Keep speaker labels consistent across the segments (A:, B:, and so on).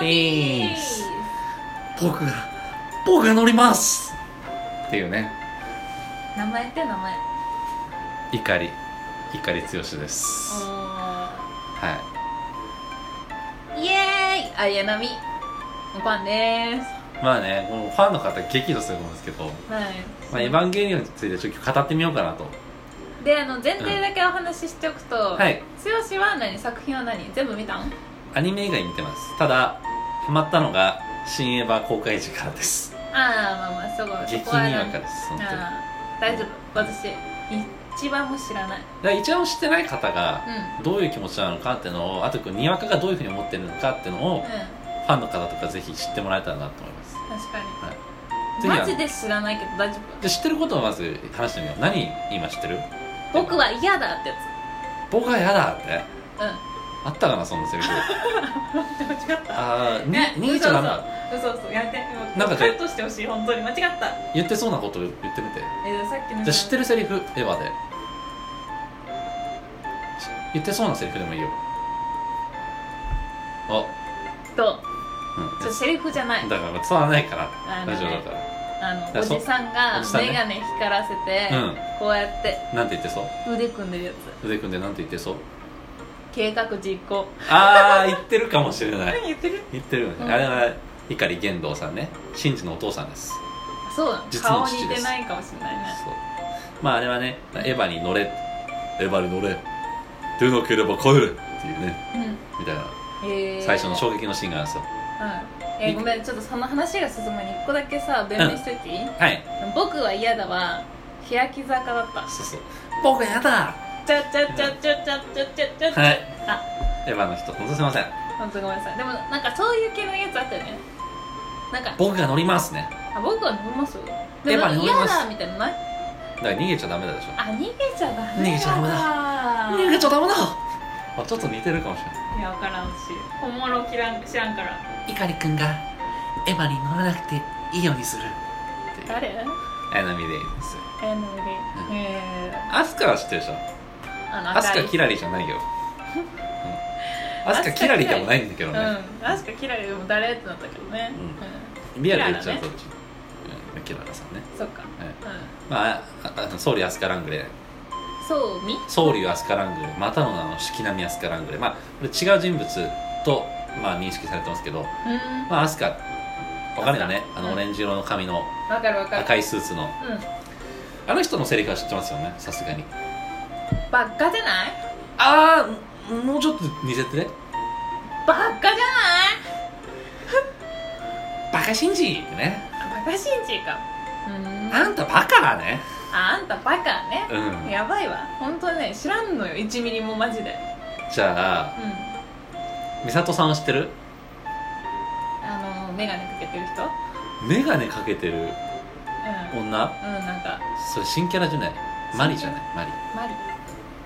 A: ピース僕が僕が乗りますっていうね
B: 名前って名前
A: 怒り怒り強しですは
B: お
A: い
B: ーイエーイあやなみのファンです
A: まあねこのファンの方激怒すると思うんですけど「
B: はい、
A: まあ、エヴァンゲリオン」についてちょっと語ってみようかなと
B: であの前提だけお話ししておくと、
A: はい
B: 剛は何作品は何全部見たん
A: アニメ以外見てますただハマったのが「新エヴァ」公開時からです
B: ああまあまあすごい
A: 激
B: そこは
A: にわかです本当にだか
B: あー大丈夫私一番も知らない
A: ら一応知ってない方が
B: う
A: どういう気持ちなのかっていうのをあとこうにわかがどういうふうに思ってるのかっていうの
B: ん
A: を
B: うん
A: ファンの方とかぜひ知ってもらえたらなと思います
B: 確かに、
A: はぜひあの
B: マジで知らないけど大丈夫
A: で知ってることをまず話してみよう何今知ってる
B: 僕は嫌だってやつ
A: 僕は嫌だって
B: うん
A: あったかなそのセリフ
B: 間違った
A: あ あ
B: ね
A: 兄ちゃんが
B: 嘘嘘やめて
A: な
B: なんんか
A: かじゃあ
B: カットしてほしい本当に間違った
A: 言ってそうなこと言ってみてじ
B: えーさっきの
A: ゃあ知って
B: る
A: るセリフエヴァでし言ってそうなセリフでもいいよあ
B: と
A: うん
B: ちょセリフじゃない
A: だから伝わらないから
B: あの
A: ラ
B: ね
A: ジオだから
B: あの
A: だ
B: お
A: そう
B: じさんが
A: おじさんね
B: 眼鏡光らせて、
A: うん
B: こうやって
A: なんて言ってそう
B: 腕組んでるやつ
A: 腕組んでなんて言っ てそう
B: 計画実行
A: ああ言ってるかもしれない
B: 言ってる
A: 言ってるよね、
B: うん
A: あれは碇玄道さんね真治のお父さんです
B: そうなの
A: 実の
B: 顔
A: 父
B: 似
A: で
B: て
A: す
B: ないかもしれないね
A: そうまああれはねエヴァに乗れエヴァに乗れ出なければ帰れっていうねみたいな
B: うんへー
A: 最初の衝撃のシーンがあるんですよ
B: うんえーごめんちょっとその話が進む前に1個だけさ弁明しといていい、
A: はい
B: 僕は嫌だわ日焼き坂だった
A: そうそう僕やだ
B: ちゃちゃちゃちゃちゃちゃちゃちゃちゃ
A: はい
B: あ
A: エヴァの人本当すいません
B: 本当ごめんなさいでもなんかそういう系のやつあったよねなんか
A: 僕が乗りますね
B: あ僕は飲みます
A: エ
B: で
A: ヴ
B: も
A: ァに飲み
B: 嫌
A: ます
B: だみたいなのない
A: だから逃げちゃダメだでしょ
B: あ逃げちゃダメだ
A: 逃げちゃダメ
B: だ
A: ちゃダメだあちょっと似てるかもしれない
B: いや分からんしおもろきらん知らんから
A: 碇君がエヴァに乗らなくていいようにするっていう
B: 誰え
A: 綾波レイです
B: ーのり
A: うん
B: え
A: アスカは知ってるでしょ
B: ーあの
A: アス
B: 赤
A: カ
B: い
A: キラリじゃ ないよ、うん、アスカキラリでもないんだけど
B: う
A: ね、
B: んアスカキラリでも誰ってなったけどね
A: う
B: う
A: リアルで言っちゃうと、うん、キララさんね、
B: んそっか
A: はい
B: うん
A: まあ、ああの僧侶アスカラングレ
B: そうみ
A: 僧侶アスカラングレまたの名の式並みアスカラングレまあこれ違う人物と、まあ、認識されてますけど、
B: うん
A: まあ、アスカわかるよね
B: アスカ
A: あのオレンジ色の髪の
B: わかるわかる
A: 赤いスーツの
B: うん
A: あの人のセリフは知ってますよねさすがに
B: ばっかじゃない
A: ああもうちょっと似せてね
B: バカじゃ
A: バカ信じってね
B: ないバカ信じかうん
A: あんたバカね
B: ああんたバカね
A: うん
B: やばいわ本当ね知らんのよ1ミリもマジで
A: じ
B: う
A: ゃあ
B: ん
A: 美里さんは知ってる
B: あの眼鏡かけてる人うん
A: 眼鏡かけてる女
B: うんなんか
A: それ新キャラじゃないマリじゃないマリ
B: マリ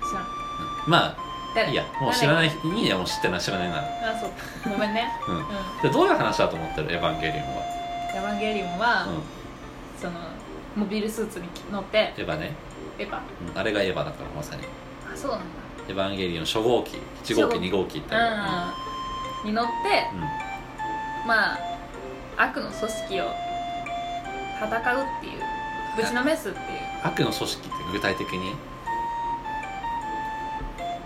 B: 知らん
A: うんまあ
B: 誰
A: いいやもう知らないいいいやもう知ってない知らないなら
B: あそうごめんね
A: うん
B: うん「
A: でどういう話だと思ってるエヴァンゲリオンは
B: エヴァンゲリオンは」
A: う」ん
B: そのモビルスーツに乗って
A: エヴァね、
B: エヴァ
A: うんあれがエヴァだからまさに
B: あそうなん
A: エヴァンゲリオン初号機1号
B: 初号機
A: 機2号機ってあ
B: だうんに乗って
A: るうんうん
B: まあ悪の組織を戦うっていうぶちのめ すっていう
A: 悪の組織って具体的に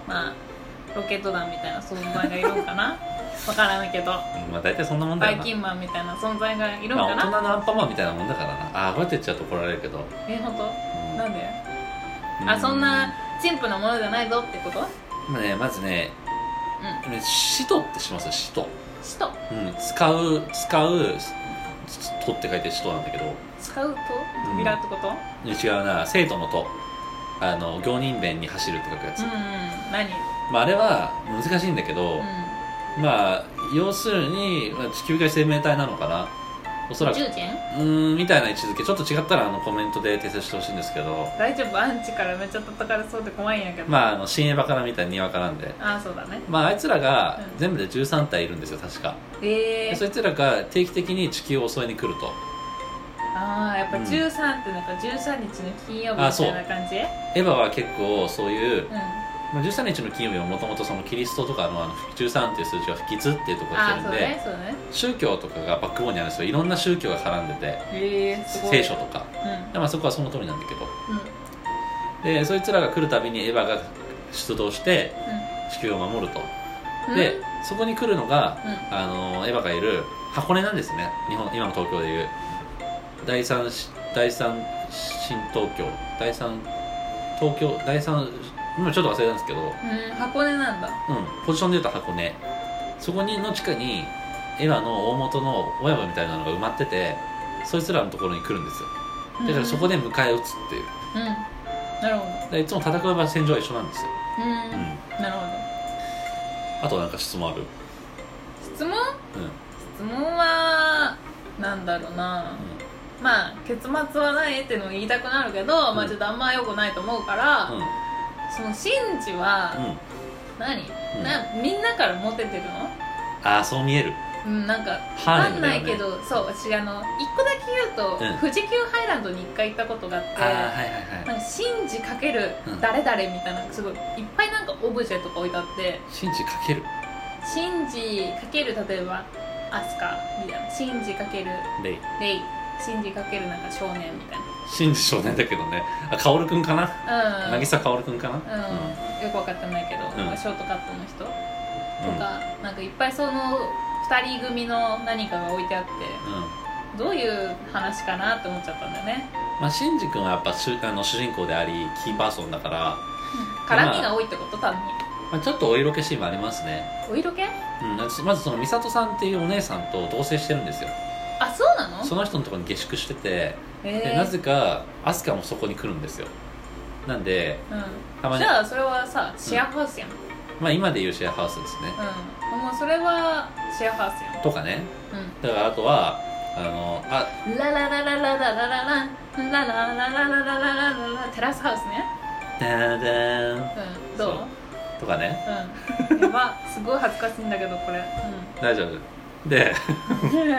B: まあロケット団みたいな存在がいるんか なわからないけど
A: うんまあ大体そんなもんだ
B: バ
A: よ
B: イ
A: な
B: キンマンみたいな存在がいるん
A: ま
B: か
A: あ大人
B: な、
A: のアンパンマンみたいなもんだからなあーこうやって言っちゃうと怒られるけど
B: え本当なんで、
A: う
B: あそんな陳腐なものじゃないぞってことうん
A: まあねまずね使徒ってしますよ使徒
B: 使徒
A: うん、使う使う「と」って書いて「使徒」なんだけど
B: 使うと扉ってこと
A: 違うな生徒の「と」あの行人弁に走るって書くやつ、
B: うん、何
A: まあ、あれは難しいんだけど、
B: う
A: まあ要するにまあ地球外生命体なのかなおそ
B: ん
A: らく
B: 宇
A: う
B: 宙人
A: ーんみたいな位置づけちょっと違ったらあのコメントで訂正してほしいんですけど
B: 大丈夫アンチからめっちゃ叩かれそうで怖いんやけど、
A: まああの新エヴァからみたいにわかなんで
B: ああそうだね
A: まああいつらが
B: うん
A: 全部で13体いるんですよ確か
B: ええ
A: でそいつらが定期的に地球を襲いに来ると
B: ああやっぱ
A: うん
B: 13ってなんか13日の金曜日みたいな感じ
A: エヴァは結構そういう
B: うん
A: まあ、13日の金曜日はもともとそのキリストとかのあの13っていう数字が不吉っていうところにし
B: あー
A: てる
B: そ
A: ん
B: う
A: で、
B: ねそうね
A: 宗教とかがバックボーンにあるんですよいろんな宗教が絡んでて
B: へえすごい
A: 聖書とか
B: うん
A: で、まあ、そこはその通りなんだけど
B: うんうん
A: でそいつらが来るたびにエヴァが出動して地球を守ると
B: うん
A: でそこに来るのが、
B: う
A: あのエヴァがいる箱根なんですね日本今の東京でいう第三し第三新東京第三東京第三今ちょっと忘れたんですけど、
B: うん箱根なんだ
A: うん、ポジションで言うと箱根そこにの地下にエヴァの大元の親分みたいなのが埋まっててそいつらのところに来るんですよだからそこ
B: で
A: で迎え撃つっていう
B: うんなるほど
A: だからいつも戦う場戦場は一緒なんですよ、
B: うん
A: うん、
B: なるほ
A: あとなんか質問ある
B: ど質問
A: うん、うん、
B: 質問はなんだろうなまあ結末はないってのを言いたくなるけど、まあちょっとあんまよくないと思うから、
A: うん
B: そのシンジは
A: うん
B: 何、
A: ん
B: なみんなからモテてるの
A: ああそう見える
B: うん、なんか
A: ハ
B: わ
A: ー
B: か
A: レム
B: ん
A: だ
B: な
A: よ
B: い
A: ね
B: けど、そう私あの一個だけ言うと、
A: うん
B: 富士急ハイランドに一回行ったことがあって
A: ああはいはいはい
B: なんかシンジかける
A: うん
B: 誰々みたいなすごいいっぱいなんかオブジェとか置いてあって
A: シンジかける
B: シンジかける例えばアスカみたいなシンジかける
A: レイ
B: レイシンジかけるなんか少年みたい
A: シンジ少年だけどねあカオルくんかな
B: なうん
A: 渚カオルくんかな
B: うん、よく分かってないけど、
A: うん
B: ショートカットの人と
A: うん
B: か、なんかいっぱいその2人組の何かが置いてあって
A: うん
B: どういう話かなって思っちゃったんだよね
A: まあシンジ君はやっぱ主あの主人公でありキーパーソンだから、
B: 絡みが多いってこと単に
A: まあ、ちょっとお色気シーンもありますね、
B: お色気
A: うん、私まずその美里さんっていうお姉さんと同棲してるんですよ
B: あそうなの
A: その人のところに下宿してて
B: へ
A: で
B: え
A: なぜかアスカもそこに来るんですよなんで
B: うん
A: たまに
B: じゃあそれはさシェアハウスやんうん、
A: まあ今で言うシェアハウスですね
B: もうそれはシェアハウスやん
A: とかね
B: う
A: だからあとはあのあ
B: んララララララララララララララララララララテラスハウスね
A: ダーダーン
B: うんどう
A: そうとかね
B: うんやばすごい恥ずかしいんだけどこれ
A: 大丈 夫で
B: うん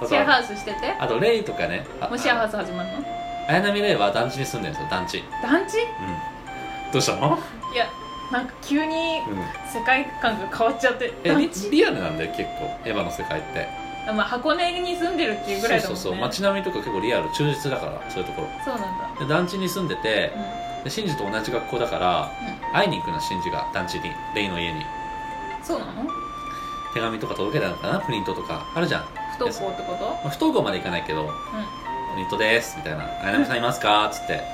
A: あ
B: シ
A: と
B: ェアハウスしてて
A: あとレイとかねあ
B: もうシェアハウス始まるの
A: 綾波レイは団地に住んでるんですよ団地うん
B: 団地
A: どうした の、
B: いやなんか急に世界観が変わっちゃって
A: え
B: 団
A: リ
B: 地
A: リアルなんだよ結構エヴァの世界って
B: あまあ箱根に住んでるっていうぐらいだもんね
A: そうそうそう街並みとか結構リアル忠実だからそういうところ
B: そうなんだ
A: で団地に住んでて
B: うん
A: でシンジと同じ学校だから会いに行くのシンジが団地にレイの家に
B: うんそうなの
A: 手紙とか届けたのかなプリントとかあるじゃん、
B: 不登校ってこと
A: まあ不登校まで行かないけど
B: う
A: 「
B: ん
A: プリントです」みたいな「綾波さんいますか?」っつって
B: はいはい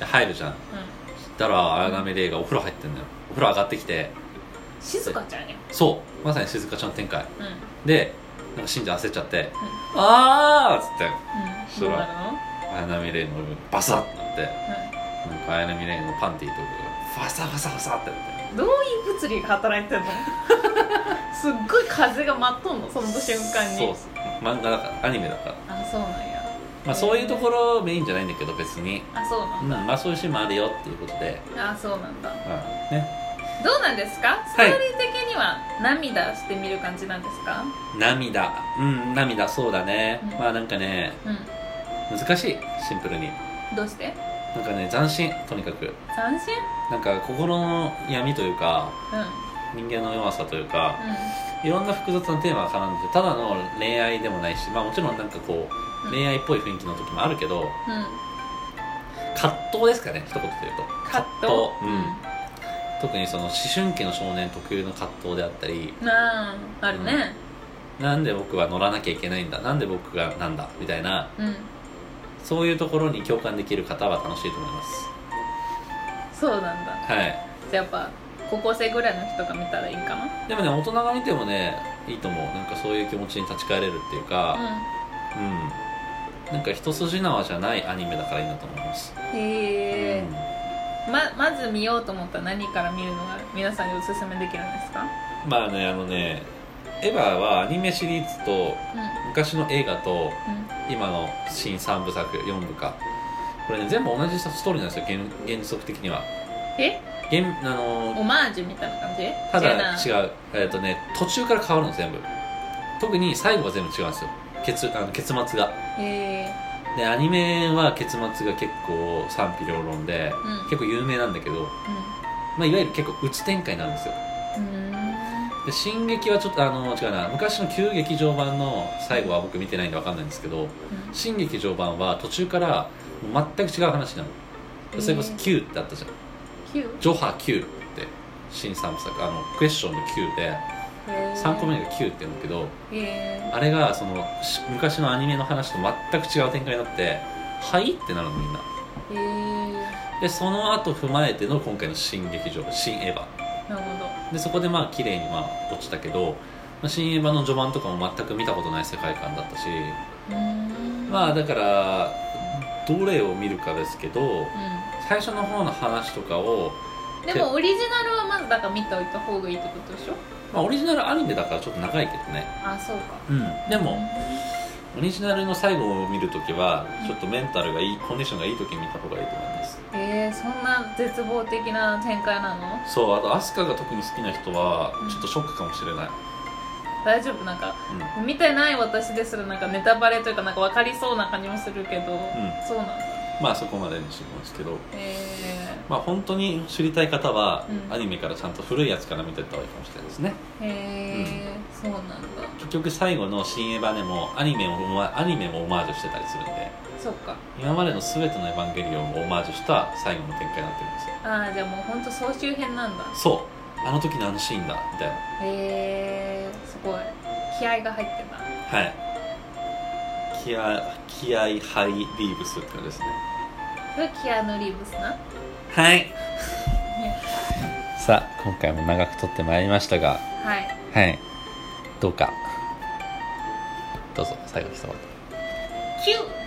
A: で入るじゃん
B: うん
A: そしたら綾波レイがお風呂入ってんのよお風呂上がってきて
B: 静かちゃんや
A: そうまさに静香ちゃんの展開
B: うんうん
A: でなんかシンジ焦っちゃって「あー」っつってそ
B: ど
A: ら
B: うなるの
A: 綾波レイの上にバサッてなってなんか綾波レイのパンティーとかがバサバサバサってなって
B: うんどういう物理が働いてんの すっごい風が舞っとんのその瞬間に
A: そうそう漫画だからアニメだから、
B: あそうなんや
A: まあ、そういうところメインじゃないんだけど別に、
B: あそうな
A: うんん
B: だ
A: まあ、そういうシーンもあるよっていうことで、
B: あそうなんだ
A: まあね、
B: どうなんですかストーリー的には涙してみる感じなんですか
A: 涙うん涙そうだね、
B: うん
A: まあなんかね
B: うん
A: 難しいシンプルに
B: どうして
A: なんかね斬新とにかく
B: 斬新
A: なんか心の闇というか
B: うん
A: 人間の弱さというか
B: う
A: いろんな複雑なテーマが絡んでてただの恋愛でもないしまあもちろんなんかこう
B: うん
A: 恋愛っぽい雰囲気の時もあるけど、
B: んうん
A: 葛藤ですかね一言で言うと
B: 葛藤
A: うん、特にその思春期の少年特有の葛藤であったり
B: うんあーあるね
A: なんで僕は乗らなきゃいけないんだなんで僕がなんだみたいな
B: うん
A: そういうところに共感できる方は楽しいと思います
B: そうなんだ
A: はい
B: じゃあやっぱ高校生ぐらいの人が見たらいいかな
A: でもね大人が見てもねいいと思うなんかそういう気持ちに立ち返れるっていうかうん、なんか一筋縄じゃないアニメだからいいなと思います、
B: うんへえ、ままず見ようと思ったら何から見るのが皆さんにおすすめできるんですか
A: うん、まあねあのねエヴァはアニメシリーズと
B: うん
A: 昔の映画と
B: うん
A: 今の新3部作4部かこれね全部同じストーリーなんですよ原原則的には
B: え
A: 原あのー
B: オマージュみたいな感じ
A: ただ
B: うな
A: 違うえっ、とね途中から変わるの全部特に最後は全部違うんですよ結あの結末が
B: へえ
A: でアニメは結末が結構賛否両論で
B: うん
A: 結構有名なんだけど
B: う
A: まあ、いわゆる結構打ち展開になるんですよ
B: うん
A: で進撃はちょっとあの違うな昔の旧劇場版の最後は僕見てないんで分かんないんですけど新劇場版は途中からもう全く違う話になるそれこそ Q ってあったじゃん
B: 9
A: 「ジョハ Q」って新三部作あのクエスチョンの Q で3個目が Q って言うんだけど
B: え
A: あれがそのし昔のアニメの話と全く違う展開になって「はい?」ってなるのみんな
B: えー
A: でその後踏まえての今回の新劇場新エヴァ
B: なるほど
A: でそこでまあ綺麗にまあ落ちたけどまあ新エヴァの序盤とかも全く見たことない世界観だったし
B: うーん
A: まあだからどれを見るかですけど
B: う
A: 最初の方の話とかを、
B: んでもオリジナルはまずだから見ておいた方がいいってことでしょ
A: まあ、オリジナルアニメだからちょっと長いけどね、
B: あそうか
A: でもオリジナルの最後を見るときはちょっとメンタルがいいコンディションがいいときに見た方がいいと思います
B: えー、そんな絶望的な展開なの
A: そうあとアスカが特に好きな人はちょっとショックかもしれない、
B: 大丈夫なんか
A: うん
B: 見てない私ですらなんかネタバレというかなんか分かりそうな感じもするけど、そうなんだ
A: まあそこまでにしてますけど
B: え
A: まあ本当に知りたい方は
B: うん
A: アニメからちゃんと古いやつから見てった方がいいかもしれないですね
B: ー、えーそうなんだ
A: 結局最後の「新エヴァ」でもアニメをオマアニメもオマージュしてたりするんで
B: そっか
A: 今までの全ての「エヴァンゲリオン」をオマージュした最後の展開になってるんですよ
B: ああじゃあもうほんと総集編なんだ
A: そうあの時のあのシーンだみたいな
B: えー、すごい気合が入ってんだ
A: はい気合気合ハイリーブスって感じですね
B: それキアヌ・リーブスな
A: はいさあ今回も長く撮ってまいりましたが
B: はい
A: はいどうかどうぞ最後に一言
B: キュッ